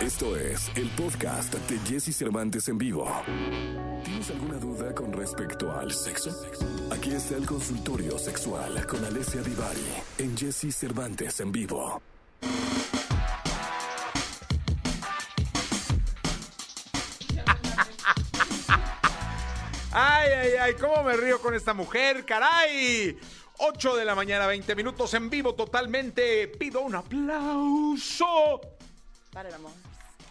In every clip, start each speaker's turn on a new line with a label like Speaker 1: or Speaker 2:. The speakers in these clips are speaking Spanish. Speaker 1: Esto es el podcast de Jesse Cervantes en vivo. ¿Tienes alguna duda con respecto al sexo? Aquí está el consultorio sexual con Alessia Divari en Jesse Cervantes en vivo.
Speaker 2: Ay, ay, ay, cómo me río con esta mujer, caray. 8 de la mañana, 20 minutos en vivo totalmente. Pido un aplauso.
Speaker 3: Para el amor.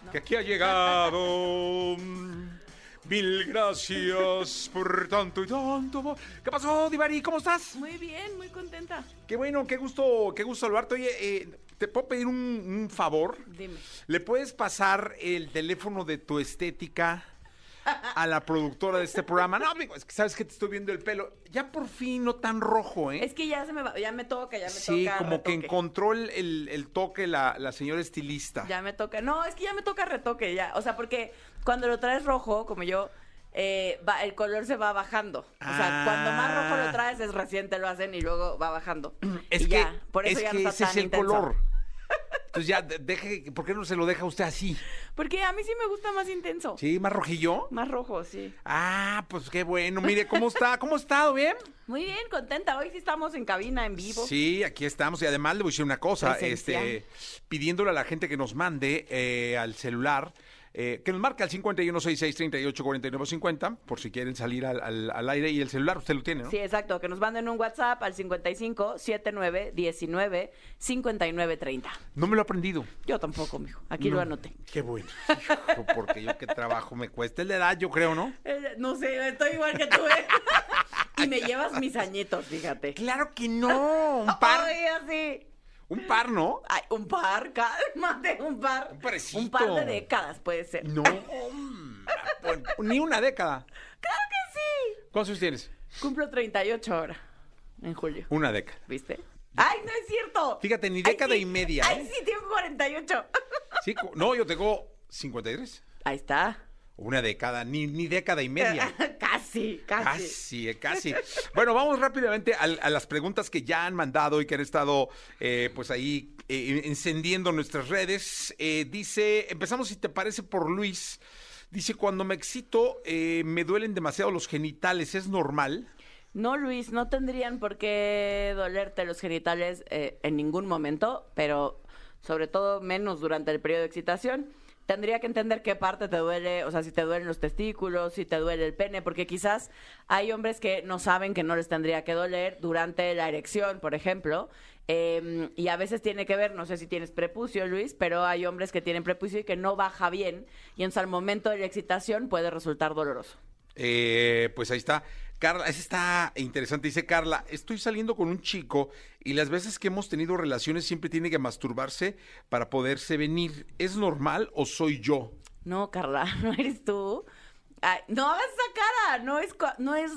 Speaker 3: ¿no?
Speaker 2: Que aquí ha llegado. Mil gracias por tanto y tanto. amor. ¿Qué pasó, Divari? ¿Cómo estás?
Speaker 3: Muy bien, muy contenta.
Speaker 2: Qué bueno, qué gusto, qué gusto saludarte. Oye, eh, ¿te puedo pedir un, un favor?
Speaker 3: Dime.
Speaker 2: ¿Le puedes pasar el teléfono de tu estética a la productora de este programa? No, amigo, es que sabes que te estoy viendo el pelo. Ya por fin no tan rojo, ¿eh?
Speaker 3: Es que ya se me va- ya me toca, ya me
Speaker 2: sí,
Speaker 3: toca.
Speaker 2: como que
Speaker 3: retoque.
Speaker 2: encontró el, el- el toque la, la señora estilista.
Speaker 3: Ya me toca. No, es que ya me toca retoque, ya. O sea, porque cuando lo traes rojo, como yo, eh, va- el color se va bajando. O
Speaker 2: Ah.
Speaker 3: sea, cuando más rojo lo traes, es recién te lo hacen y luego va bajando.
Speaker 2: Es
Speaker 3: Y
Speaker 2: que,
Speaker 3: ya, por eso
Speaker 2: es
Speaker 3: ya no
Speaker 2: que
Speaker 3: está
Speaker 2: ese
Speaker 3: tan
Speaker 2: es el
Speaker 3: intenso.
Speaker 2: color. Entonces ya, de- deje, ¿por qué no se lo deja usted así?
Speaker 3: Porque a mí sí me gusta más intenso.
Speaker 2: ¿Sí? ¿Más rojillo?
Speaker 3: Más rojo, sí.
Speaker 2: Ah, pues qué bueno. Mire, ¿cómo está? ¿Cómo ha estado? ¿Bien?
Speaker 3: Muy bien, contenta. Hoy sí estamos en cabina, en vivo.
Speaker 2: Sí, aquí estamos. Y además le voy a decir una cosa,
Speaker 3: Presencial.
Speaker 2: este, pidiéndole a la gente que nos mande eh, al celular, eh, que nos marque al 5166-384950, por si quieren salir al, al- al aire. Y el celular usted lo tiene, ¿no?
Speaker 3: Sí, exacto, que nos manden un WhatsApp al 55 79 19 59 30.
Speaker 2: No me lo he aprendido.
Speaker 3: Yo tampoco, mijo. Aquí lo anoté.
Speaker 2: Qué bueno. Hijo, porque yo qué trabajo me cuesta. Es la edad, yo creo, ¿no?
Speaker 3: Eh, No sé, estoy igual que tú. ¿eh? y me llevas mis añitos, fíjate.
Speaker 2: Claro que no. Un par.
Speaker 3: Ay, así.
Speaker 2: Un par, ¿no?
Speaker 3: Ay, un par, cálmate, un par.
Speaker 2: Un parecito. Mm.
Speaker 3: Un par de décadas puede ser.
Speaker 2: No. hombre, pues, Ni una década.
Speaker 3: ¡Claro que sí!
Speaker 2: ¿Cuántos años tienes?
Speaker 3: Cumplo 38 ahora, en julio.
Speaker 2: Una década.
Speaker 3: ¿Viste? ¡Ay, no es cierto!
Speaker 2: Fíjate, ni
Speaker 3: Ay,
Speaker 2: década
Speaker 3: sí.
Speaker 2: y media,
Speaker 3: ¡Ay,
Speaker 2: ¿eh?
Speaker 3: sí, tengo 48!
Speaker 2: Sí, cu- no, yo tengo 53.
Speaker 3: Ahí está.
Speaker 2: Una década, ni, ni década y media.
Speaker 3: casi, casi.
Speaker 2: Casi, eh, casi. Bueno, vamos rápidamente al- a, las preguntas que ya han mandado y que han estado, eh, pues ahí, eh, encendiendo nuestras redes. Eh, dice, empezamos si te parece por Luis. Dice, cuando me excito, eh, me duelen demasiado los genitales, ¿es normal?
Speaker 3: No, Luis, no tendrían por qué dolerte los genitales eh, en ningún momento, pero sobre todo menos durante el periodo de excitación. Tendría que entender qué parte te duele, o sea, si te duelen los testículos, si te duele el pene, porque quizás hay hombres que no saben que no les tendría que doler durante la erección, por ejemplo, eh, y a veces tiene que ver, no sé si tienes prepucio, Luis, pero hay hombres que tienen prepucio y que no baja bien, y entonces al momento de la excitación puede resultar doloroso.
Speaker 2: Eh, pues ahí está. Carla, esa está interesante. Dice Carla, estoy saliendo con un chico y las veces que hemos tenido relaciones siempre tiene que masturbarse para poderse venir. ¿Es normal o soy yo?
Speaker 3: No, Carla, no eres tú. Ay, no hagas esa cara, no es, co- no es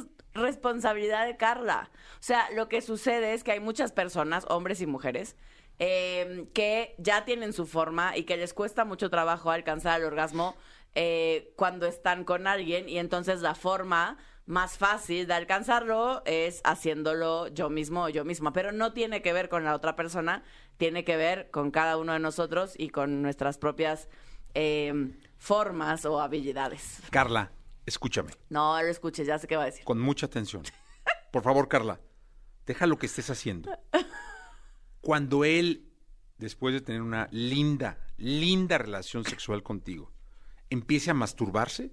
Speaker 3: responsabilidad de Carla. O sea, lo que sucede es que hay muchas personas, hombres y mujeres, eh, que ya tienen su forma y que les cuesta mucho trabajo alcanzar el orgasmo eh, cuando están con alguien y entonces la forma más fácil de alcanzarlo es haciéndolo yo mismo o yo misma, pero no tiene que ver con la otra persona, tiene que ver con cada uno de nosotros y con nuestras propias eh, formas o habilidades.
Speaker 2: Carla, escúchame,
Speaker 3: No, lo escuches, ya sé qué va a decir.
Speaker 2: con mucha atención. Por favor, Carla, deja lo que estés haciendo. Cuando él, después de tener una linda, linda relación sexual contigo, empiece a masturbarse,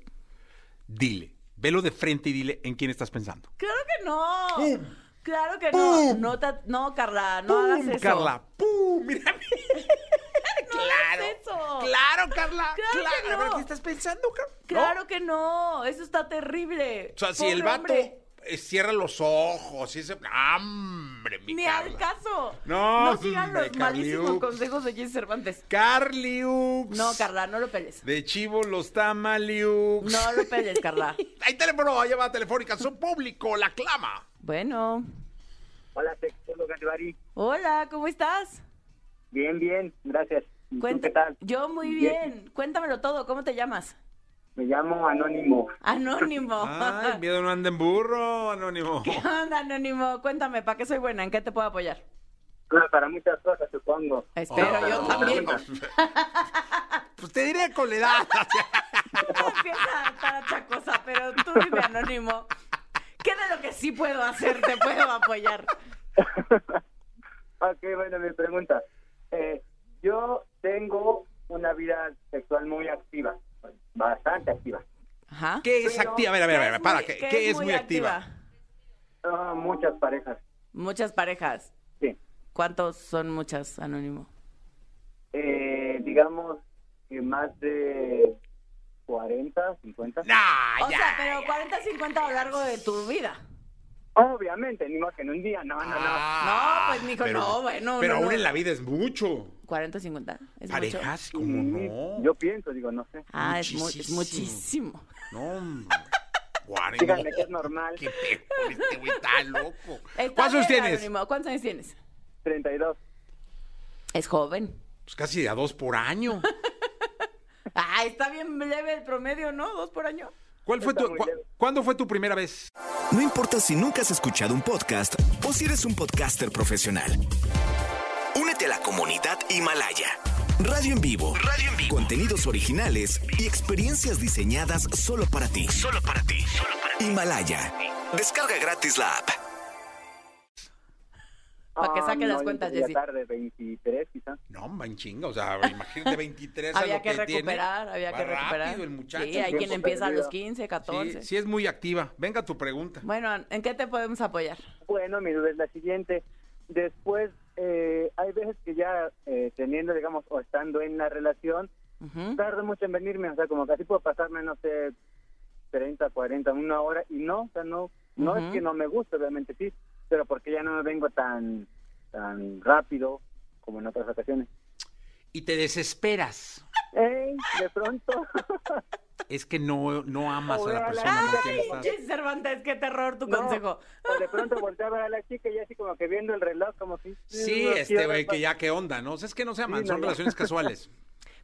Speaker 2: dile, velo de frente y dile en quién estás pensando.
Speaker 3: ¡Claro que no! ¡Claro que no!
Speaker 2: ¡Pum!
Speaker 3: No, te- no, Carla, no
Speaker 2: ¡Pum,
Speaker 3: hagas eso.
Speaker 2: Carla, ¡pum! Mira,
Speaker 3: ¡No
Speaker 2: claro.
Speaker 3: hagas eso!
Speaker 2: Claro, Carla.
Speaker 3: Claro que
Speaker 2: A ver,
Speaker 3: no.
Speaker 2: ¿qué estás pensando, Carla?
Speaker 3: ¡Claro que no! Eso está terrible.
Speaker 2: O sea, si el
Speaker 3: Pobre
Speaker 2: vato
Speaker 3: hombre,
Speaker 2: eh, cierra los ojos y ese hambre, mi
Speaker 3: Ni
Speaker 2: Carla.
Speaker 3: al caso.
Speaker 2: No,
Speaker 3: No sigan
Speaker 2: hombre,
Speaker 3: los malísimos
Speaker 2: Carliux.
Speaker 3: consejos de Jesse Cervantes.
Speaker 2: Carliux.
Speaker 3: No, Carla, no lo peles.
Speaker 2: De chivo los tamaliux.
Speaker 3: No lo peles, Carla.
Speaker 2: Hay teléfono, allá va telefónica, son público, la clama.
Speaker 3: Bueno.
Speaker 4: Hola, sexóloga Divari.
Speaker 3: Hola, ¿cómo estás?
Speaker 4: Bien, bien, gracias. ¿Y tú
Speaker 3: Cuenta-
Speaker 4: qué tal?
Speaker 3: Yo muy bien. Cuéntamelo todo. ¿Cómo te llamas?
Speaker 4: Me llamo Anónimo.
Speaker 3: Anónimo.
Speaker 2: Ay, miedo no anden burro, anónimo.
Speaker 3: ¿Qué onda, Anónimo? Cuéntame, ¿para qué soy buena? ¿En qué te puedo apoyar?
Speaker 4: Ah, para muchas cosas, supongo.
Speaker 3: Espero, yo también.
Speaker 2: Pues te diré con la edad.
Speaker 3: Empieza a adaptar a otra cosa, pero tú dime anónimo. ¿Qué de lo que sí puedo hacer te puedo apoyar?
Speaker 4: Ok, bueno, mi pregunta. Eh, yo tengo una vida sexual muy activa, bastante activa.
Speaker 3: Ajá.
Speaker 2: ¿Qué es
Speaker 4: Pero,
Speaker 2: activa? A ver, a ver, a
Speaker 3: ¿Qué
Speaker 2: ver,
Speaker 3: es
Speaker 2: para.
Speaker 3: muy-
Speaker 2: ¿Qué,
Speaker 3: qué
Speaker 2: qué es muy activa?
Speaker 4: Ah, muchas parejas,
Speaker 3: Muchas parejas.
Speaker 4: sí.
Speaker 3: ¿Cuántos son muchas, Anónimo?
Speaker 4: Eh, digamos que más de 40, 50.
Speaker 2: Nah,
Speaker 3: o
Speaker 2: ya.
Speaker 3: sea, pero 40, 50 a lo largo de tu vida.
Speaker 4: Obviamente, ni más que en un día, no, no, no.
Speaker 2: Ah,
Speaker 3: No, pues, mijo, no, bueno,
Speaker 2: Pero
Speaker 3: no,
Speaker 2: aún
Speaker 3: no.
Speaker 2: en la vida es mucho.
Speaker 3: 40, 50. Es mucho.
Speaker 2: Parejas, como
Speaker 4: Sí,
Speaker 2: no.
Speaker 4: Yo pienso, digo, no sé.
Speaker 3: Ah, es, mu- es
Speaker 2: Muchísimo.
Speaker 3: muchísimo.
Speaker 2: No, hombre. Guarda,
Speaker 4: Díganme
Speaker 2: no.
Speaker 4: que es normal.
Speaker 2: Qué pedo, con este güey está loco.
Speaker 3: Está
Speaker 2: ¿Cuántos
Speaker 3: bien,
Speaker 2: tienes?
Speaker 3: Anónimo, ¿Cuántos años tienes?
Speaker 4: 32.
Speaker 3: Es joven.
Speaker 2: Pues casi a dos por año.
Speaker 3: Ah, está bien leve el promedio, ¿no? Dos por año.
Speaker 2: ¿Cuál fue
Speaker 4: Está
Speaker 2: tu,
Speaker 4: muy
Speaker 2: cua-
Speaker 4: leve.
Speaker 2: ¿Cuándo fue tu primera vez?
Speaker 5: No importa si nunca has escuchado un podcast o si eres un podcaster profesional. Únete a la comunidad Himalaya. Radio en vivo. Radio en vivo. Contenidos originales y experiencias diseñadas solo para ti. Solo para ti. Solo para ti. Himalaya. Descarga gratis la app.
Speaker 3: Pa' que
Speaker 4: Ah,
Speaker 3: saque
Speaker 4: no,
Speaker 3: las
Speaker 4: yo
Speaker 3: cuentas,
Speaker 4: llegué
Speaker 3: Jessy.
Speaker 4: tarde, 23 quizás.
Speaker 2: No, hombre, en chinga. O sea, imagínate 23 a
Speaker 3: había
Speaker 2: lo
Speaker 3: que,
Speaker 2: que,
Speaker 3: recuperar,
Speaker 2: tiene.
Speaker 3: había
Speaker 2: Va
Speaker 3: que recuperar.
Speaker 2: rápido el muchacho. pues,
Speaker 3: sí, hay quien
Speaker 4: tiempo
Speaker 3: empieza a
Speaker 4: perdido.
Speaker 3: los 15, 14.
Speaker 2: Sí, sí es muy activa. Venga tu pregunta.
Speaker 3: Bueno, ¿en qué te podemos apoyar?
Speaker 4: Bueno, mi duda es la siguiente. Después, eh, hay veces que ya eh, teniendo, digamos, o estando en la relación,
Speaker 3: Ujú.
Speaker 4: tardo mucho en venirme, o sea, como que así puedo pasarme, no sé, 30, 40, una hora, y no, o sea, no, no
Speaker 3: Ujú.
Speaker 4: es que no me guste, obviamente sí, pero porque ya no me vengo tan, tan rápido como en otras ocasiones.
Speaker 2: Y te desesperas.
Speaker 4: ¡Ey! De pronto.
Speaker 2: Es que no, no amas a la
Speaker 4: Hola.
Speaker 2: persona con quien
Speaker 3: Ay,
Speaker 2: estás.
Speaker 3: Jessy Cervantes, qué terror tu
Speaker 4: No,
Speaker 3: consejo.
Speaker 4: O de pronto volteaba a ver a la chica y así como que viendo el reloj, como si...
Speaker 2: Sí,
Speaker 4: no
Speaker 2: este
Speaker 4: quiero
Speaker 2: güey,
Speaker 4: más.
Speaker 2: que ya qué onda, ¿no? O sea, es que no se aman,
Speaker 4: Sí,
Speaker 2: son
Speaker 4: no, no.
Speaker 2: relaciones casuales.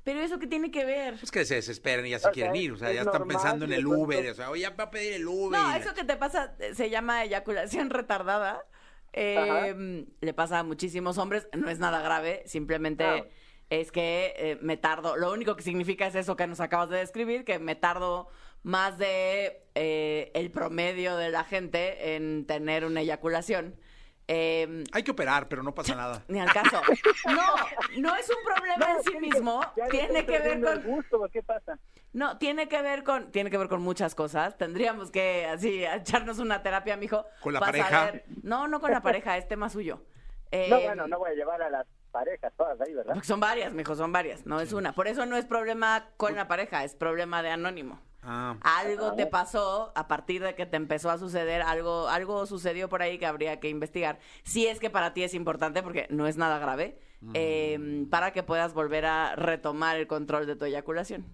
Speaker 3: Pero eso qué tiene que ver.
Speaker 2: Es pues, que se desesperan y ya se
Speaker 4: O
Speaker 2: quieren
Speaker 4: sea,
Speaker 2: ir, o sea,
Speaker 4: es
Speaker 2: ya están
Speaker 4: normal,
Speaker 2: pensando en
Speaker 4: de
Speaker 2: el
Speaker 4: pronto.
Speaker 2: Uber, o sea, oye, va a pedir el Uber.
Speaker 3: No, eso que te pasa eh, se llama eyaculación retardada. Eh, le pasa a muchísimos hombres, no es nada grave, simplemente
Speaker 4: Ah.
Speaker 3: es que eh, me tardo. Lo único que significa es eso que nos acabas de describir, que me tardo más de eh, el promedio de la gente en tener una eyaculación. Eh,
Speaker 2: Hay que operar, pero no pasa nada.
Speaker 3: ni al caso. No, no es un problema en sí
Speaker 4: tiene que-
Speaker 3: mismo.
Speaker 4: ya le
Speaker 3: Tiene
Speaker 4: estoy
Speaker 3: que ver
Speaker 4: perdiendo el
Speaker 3: con
Speaker 4: gusto, ¿qué pasa?
Speaker 3: no, tiene que ver con, tiene que ver con muchas cosas. Tendríamos que así echarnos una terapia, mijo.
Speaker 2: ¿Con la
Speaker 3: para
Speaker 2: pareja?
Speaker 3: saber- No, no con la pareja, es tema suyo. Eh,
Speaker 4: No, bueno, no voy a llevar a las parejas todas ahí, ¿verdad?
Speaker 3: porque son varias, mijo, son varias, no es una. Por eso no es problema con la pareja, es problema de anónimo.
Speaker 2: Ah,
Speaker 3: Algo te pasó a partir de que te empezó a suceder, algo, algo sucedió por ahí que habría que investigar. Si es que para ti es importante, porque no es nada grave,
Speaker 2: Mm.
Speaker 3: eh, para que puedas volver a retomar el control de tu eyaculación.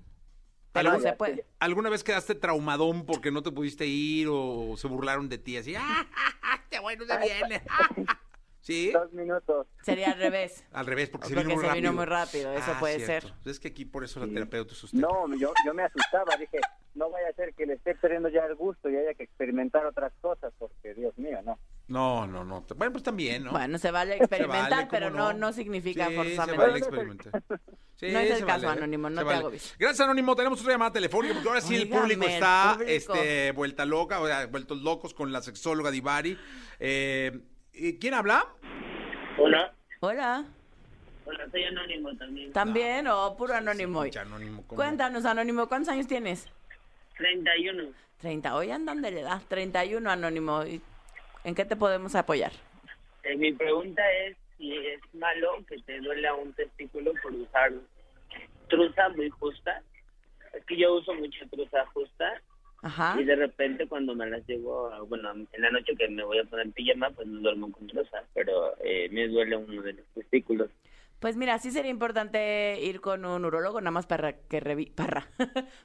Speaker 3: Pero
Speaker 4: Ah,
Speaker 2: ¿Algo-
Speaker 3: se puede.
Speaker 2: ¿Alguna vez quedaste traumadón porque no te pudiste ir o se burlaron de ti así? ¡Ah, ah, ah, este güey no se viene! ah, ah, ah"? ¿Sí?
Speaker 4: Dos minutos.
Speaker 3: Sería al revés.
Speaker 2: Al revés, porque se
Speaker 3: Porque
Speaker 2: vino muy
Speaker 3: se
Speaker 2: rápido.
Speaker 3: vino muy rápido, eso puede ser.
Speaker 2: Pues Es que aquí por eso la terapeuta es usted.
Speaker 4: No, yo, yo me asustaba, dije, no vaya a ser que le esté perdiendo ya el gusto y haya que experimentar otras cosas, porque Dios mío, no.
Speaker 2: No, no, no. Bueno, pues también, ¿no?
Speaker 3: Bueno, se vale
Speaker 2: Se vale,
Speaker 3: experimentar,
Speaker 2: ¿cómo
Speaker 3: pero no, no, significa
Speaker 2: Sí,
Speaker 3: forzosamente.
Speaker 2: Se vale experimentar. Sí,
Speaker 3: No es el
Speaker 2: se
Speaker 3: caso,
Speaker 2: vale, ¿eh?
Speaker 3: Anónimo, no
Speaker 2: Se
Speaker 3: te agobies.
Speaker 2: Gracias, Anónimo. Tenemos otra llamada telefónica porque ahora sí el
Speaker 3: Óigame,
Speaker 2: público
Speaker 3: el
Speaker 2: está
Speaker 3: público.
Speaker 2: Este, vuelta loca, o sea, vueltos locos con la sexóloga Divari. Eh, ¿y ¿Quién habla?
Speaker 6: Hola.
Speaker 3: Hola.
Speaker 6: Hola, soy anónimo también.
Speaker 3: ¿También o puro anónimo? hoy?
Speaker 2: Pinche Anónimo. ¿cómo?
Speaker 3: Cuéntanos, anónimo, ¿cuántos años tienes?
Speaker 6: 31.
Speaker 3: 30. Hoy andan de la edad. 31, anónimo. ¿Y ¿En qué te podemos apoyar?
Speaker 6: Eh, mi pregunta es si es malo que te duela un testículo por usar truza muy justa. Es que yo uso mucha truza justa
Speaker 2: Ah.
Speaker 3: Ajá.
Speaker 6: y de repente cuando me las llevo, a- bueno, en la noche que me voy a poner pijama, pues no duermo con truza, pero eh, me duele uno de los testículos.
Speaker 3: Pues mira, sí sería importante ir con un urólogo, nada más para que, revi parra.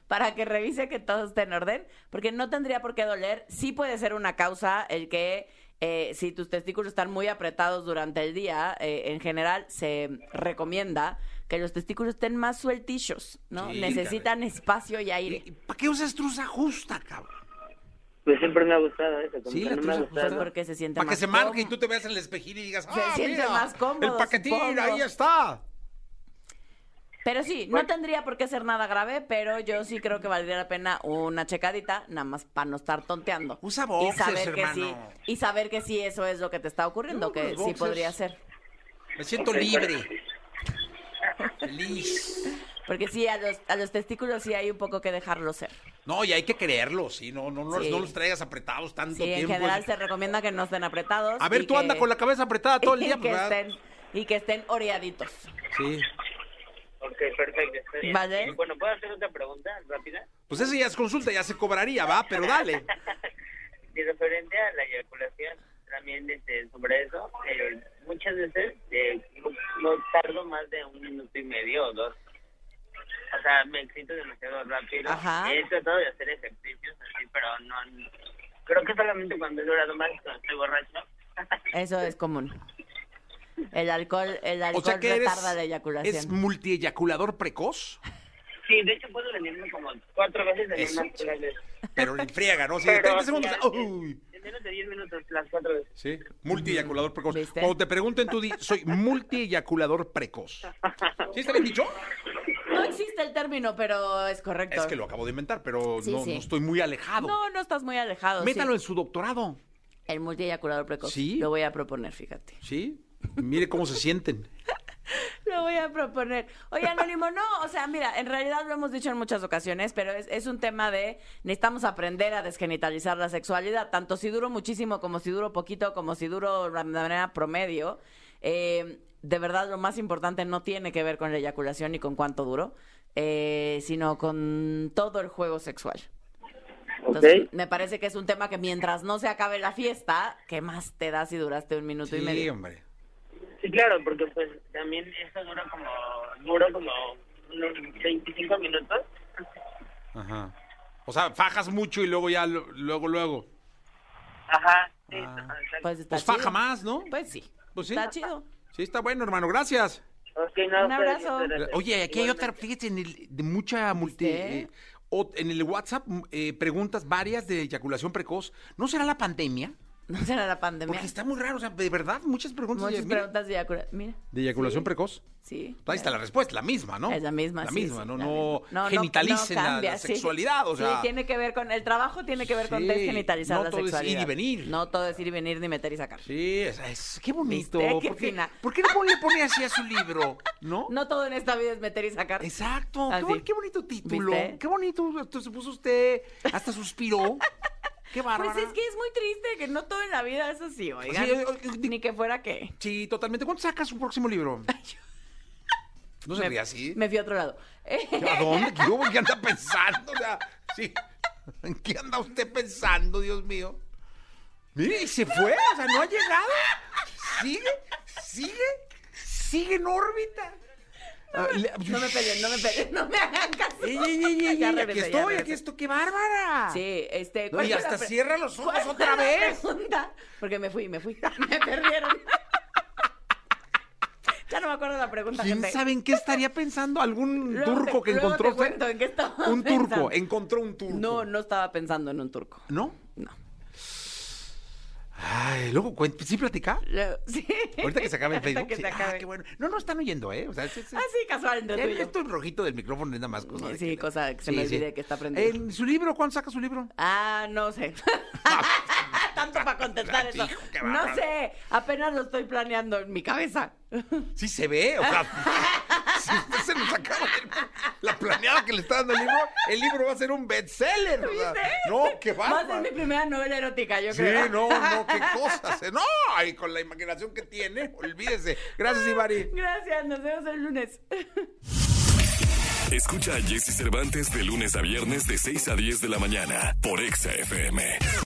Speaker 3: para que revise que todo esté en orden, porque no tendría por qué doler. Sí puede ser una causa el que eh, si tus testículos están muy apretados durante el día, eh, en general se recomienda que los testículos estén más sueltillos, ¿no?
Speaker 2: Sí,
Speaker 3: Necesitan espacio y aire.
Speaker 2: ¿Y- y ¿Para qué usas truza justa, cabrón?
Speaker 6: Pues siempre me ha gustado eso, como
Speaker 2: Sí,
Speaker 6: que
Speaker 2: la
Speaker 6: no me ha
Speaker 2: truza
Speaker 3: Pues
Speaker 6: gustado.
Speaker 3: porque se siente
Speaker 2: Para que
Speaker 3: más
Speaker 2: se marque y
Speaker 3: cómodo.
Speaker 2: tú te veas en el espejil y digas,
Speaker 3: Se
Speaker 2: ¡ah,
Speaker 3: siente
Speaker 2: mira,
Speaker 3: más cómodo,
Speaker 2: El paquetín,
Speaker 3: supongo".
Speaker 2: ahí está.
Speaker 3: Pero sí, no tendría por qué ser nada grave, pero yo sí creo que valdría la pena una checadita, nada más para no estar tonteando.
Speaker 2: Usa boxers,
Speaker 3: que
Speaker 2: hermano.
Speaker 3: sí, y saber que sí eso es lo que te está ocurriendo,
Speaker 2: No,
Speaker 3: que
Speaker 2: los
Speaker 3: sí
Speaker 2: boxers.
Speaker 3: podría ser.
Speaker 2: Me siento libre. Feliz.
Speaker 3: Porque sí, a los, a los testículos sí hay un poco que dejarlo ser.
Speaker 2: No, y hay que creerlos, sí, no, no, no,
Speaker 3: Sí.
Speaker 2: no los traigas apretados tanto
Speaker 3: Sí, en
Speaker 2: tiempo.
Speaker 3: general se recomienda que no estén apretados.
Speaker 2: A ver,
Speaker 3: y
Speaker 2: tú
Speaker 3: que-
Speaker 2: anda con la cabeza apretada todo el
Speaker 3: y
Speaker 2: día,
Speaker 3: que
Speaker 2: pues, ¿verdad?
Speaker 3: estén, y que estén oreaditos.
Speaker 2: Sí.
Speaker 6: Ok, perfecto. está bien.
Speaker 3: Vale.
Speaker 6: Bueno, ¿puedo hacer otra pregunta rápida?
Speaker 2: Pues eso ya es consulta, ya se cobraría, va, pero dale.
Speaker 6: Y referente a la eyaculación, también este, sobre eso, eh, muchas veces eh, no, no tardo más de un minuto y medio o dos. O sea, me excito demasiado rápido.
Speaker 3: Ajá.
Speaker 6: He tratado de hacer ejercicios así, pero no... Creo que solamente cuando he durado más cuando estoy borracho.
Speaker 3: Eso es común. El alcohol, el alcohol
Speaker 2: O sea que eres,
Speaker 3: retarda la eyaculación.
Speaker 2: es multieyaculador precoz,
Speaker 6: Sí, de hecho puedo venirme como cuatro veces en
Speaker 2: Eso,
Speaker 6: una sola vez.
Speaker 2: pero en friega, ¿no? Sí,
Speaker 6: Pero
Speaker 2: 30 segundos.
Speaker 6: ya,
Speaker 2: uy.
Speaker 6: En menos de 10 minutos las cuatro veces.
Speaker 2: Sí, multieyaculador precoz.
Speaker 3: ¿Viste?
Speaker 2: Cuando te pregunten, tú di, soy multieyaculador precoz. ¿Sí está bien dicho?
Speaker 3: No existe el término, pero es correcto.
Speaker 2: Es que lo acabo de inventar, pero
Speaker 3: Sí,
Speaker 2: no,
Speaker 3: sí.
Speaker 2: no estoy muy alejado.
Speaker 3: No, no estás muy alejado.
Speaker 2: Métalo
Speaker 3: sí.
Speaker 2: en su doctorado,
Speaker 3: El multiyaculador precoz.
Speaker 2: Sí.
Speaker 3: Lo voy a proponer, fíjate.
Speaker 2: ¿sí? Mire cómo se sienten.
Speaker 3: Lo voy a proponer. Oye, Anónimo, no, o sea, mira, en realidad lo hemos dicho en muchas ocasiones, pero es, es un tema de necesitamos aprender a desgenitalizar la sexualidad, tanto si duro muchísimo, como si duro poquito, como si duro de manera promedio. Eh, de verdad, lo más importante no tiene que ver con la eyaculación ni con cuánto duro, eh, sino con todo el juego sexual. Entonces,
Speaker 6: Ok.
Speaker 3: me parece que es un tema que mientras no se acabe la fiesta, ¿qué más te da si duraste un minuto y
Speaker 2: Sí,
Speaker 3: medio?
Speaker 2: hombre.
Speaker 6: Sí, claro, porque pues también eso dura como, dura como unos 25 minutos.
Speaker 2: Ajá. O sea, fajas mucho y luego ya, lo- luego, luego.
Speaker 6: Ajá, sí,
Speaker 2: Ah.
Speaker 6: exacto.
Speaker 3: Pues está
Speaker 2: Pues faja
Speaker 3: chido.
Speaker 2: más, ¿no?
Speaker 3: Pues sí.
Speaker 2: Pues sí.
Speaker 3: Está chido.
Speaker 2: Sí, está bueno, hermano, gracias.
Speaker 6: Ok, no,
Speaker 3: Un
Speaker 6: pues,
Speaker 3: abrazo.
Speaker 6: muchas gracias.
Speaker 2: Oye, aquí hay otra,
Speaker 6: Igualmente.
Speaker 2: fíjate, en el, de mucha multi,
Speaker 3: ¿Viste?
Speaker 2: eh, o- en el WhatsApp, mm, eh, preguntas varias de eyaculación precoz. ¿No será la pandemia?
Speaker 3: No será la pandemia.
Speaker 2: Porque está muy raro, o sea, de verdad, muchas preguntas
Speaker 3: Muchas
Speaker 2: de, mira,
Speaker 3: preguntas de eyaculación. Mira.
Speaker 2: de eyaculación precoz. Pues
Speaker 3: Sí.
Speaker 2: Ahí está la respuesta, la misma, ¿no?
Speaker 3: Es la misma,
Speaker 2: La
Speaker 3: sí,
Speaker 2: misma,
Speaker 3: sí,
Speaker 2: ¿no?
Speaker 3: la
Speaker 2: no
Speaker 3: misma. no
Speaker 2: genitalicen la-
Speaker 3: cambia,
Speaker 2: la,
Speaker 3: sí.
Speaker 2: sexualidad, o sea.
Speaker 3: Sí, tiene que ver con. El trabajo tiene que ver con
Speaker 2: Sí,
Speaker 3: desgenitalizar
Speaker 2: no
Speaker 3: la
Speaker 2: todo es ir y
Speaker 3: sexualidad.
Speaker 2: venir.
Speaker 3: No todo es ir y venir ni meter y sacar.
Speaker 2: Sí, es, es- qué bonito.
Speaker 3: ¿Viste? Qué
Speaker 2: ¿Por, qué,
Speaker 3: fina.
Speaker 2: por qué no le pone así a su libro? ¿No?
Speaker 3: No todo en esta vida es meter y sacar.
Speaker 2: Exacto.
Speaker 3: Ah,
Speaker 2: Qué,
Speaker 3: sí.
Speaker 2: bon- qué bonito título.
Speaker 3: ¿Viste?
Speaker 2: Qué bonito. esto Se puso usted. Hasta suspiró. Qué bárbaro.
Speaker 3: Pues es que es muy triste que no todo en la vida es así, oigan.
Speaker 2: Sí, o- o- di-
Speaker 3: ni que fuera que.
Speaker 2: Sí, totalmente. ¿Cuánto saca su próximo libro? No se ría así.
Speaker 3: Me fui a otro lado. Eh,
Speaker 2: ¿A dónde? ¿Qué, hubo? ¿Qué anda pensando? O sea, sí. ¿En qué anda usted pensando, Dios mío? Mire, y se fue. O sea, no ha llegado. Sigue, sigue, sigue en órbita. Ah, le-
Speaker 3: No me peleen, no me peleen, no me hagan caso.
Speaker 2: Ey, ey, ey, ey,
Speaker 3: Ya
Speaker 2: ey, aquí
Speaker 3: regresé, ya
Speaker 2: estoy, aquí
Speaker 3: regresé.
Speaker 2: estoy, qué bárbara.
Speaker 3: Sí, este.
Speaker 2: No,
Speaker 3: ¿cuál
Speaker 2: y
Speaker 3: fue
Speaker 2: hasta
Speaker 3: la pre-
Speaker 2: cierra los ojos
Speaker 3: cuál fue
Speaker 2: Pues, otra
Speaker 3: la
Speaker 2: vez.
Speaker 3: Pues, pregunta? Porque me fui, me fui. Me perdieron. ya no me acuerdo la pregunta.
Speaker 2: ¿Quién
Speaker 3: gente.
Speaker 2: sabe en qué estaría pensando algún
Speaker 3: Luego te-
Speaker 2: turco que
Speaker 3: luego
Speaker 2: encontró?
Speaker 3: te cuento en qué estaba
Speaker 2: un turco,
Speaker 3: pensando.
Speaker 2: encontró un turco.
Speaker 3: No, no estaba pensando en un turco.
Speaker 2: ¿No?
Speaker 3: No.
Speaker 2: Ay, luego, cuen- ¿sí platica?
Speaker 3: Lo- Sí.
Speaker 2: Ahorita que se acabe el
Speaker 3: Ahorita
Speaker 2: Facebook.
Speaker 3: que
Speaker 2: sí.
Speaker 3: se acabe.
Speaker 2: Ah, qué bueno. No, no están oyendo, ¿eh? O sea, sí, sí.
Speaker 3: Ah, sí, casual entre tú y yo.
Speaker 2: Esto es rojito del micrófono, es nada más cosa. de
Speaker 3: Sí, cosa que se me olvide que está prendido.
Speaker 2: ¿En su libro? ¿Cuándo saca su libro?
Speaker 3: Ah, no sé. Tanto para contestar
Speaker 2: Ah,
Speaker 3: eso.
Speaker 2: hijo, Ah, qué bárbaro.
Speaker 3: No sé. Apenas lo estoy planeando en mi cabeza.
Speaker 2: Sí se ve, o sea, si usted se nos acaba de- la planeada que le está dando el libro, el libro va a ser un bestseller. o sea, no, qué
Speaker 3: Va a ser
Speaker 2: bárbaro.
Speaker 3: mi primera novela erótica, yo
Speaker 2: Sí,
Speaker 3: creo.
Speaker 2: no, no, qué cosas. eh, No, y con la imaginación que tiene, olvídese. Gracias, Ivari.
Speaker 3: Gracias, nos vemos el lunes.
Speaker 1: Escucha a Jesse Cervantes de lunes a viernes de 6 a 10 de la mañana por Exa FM.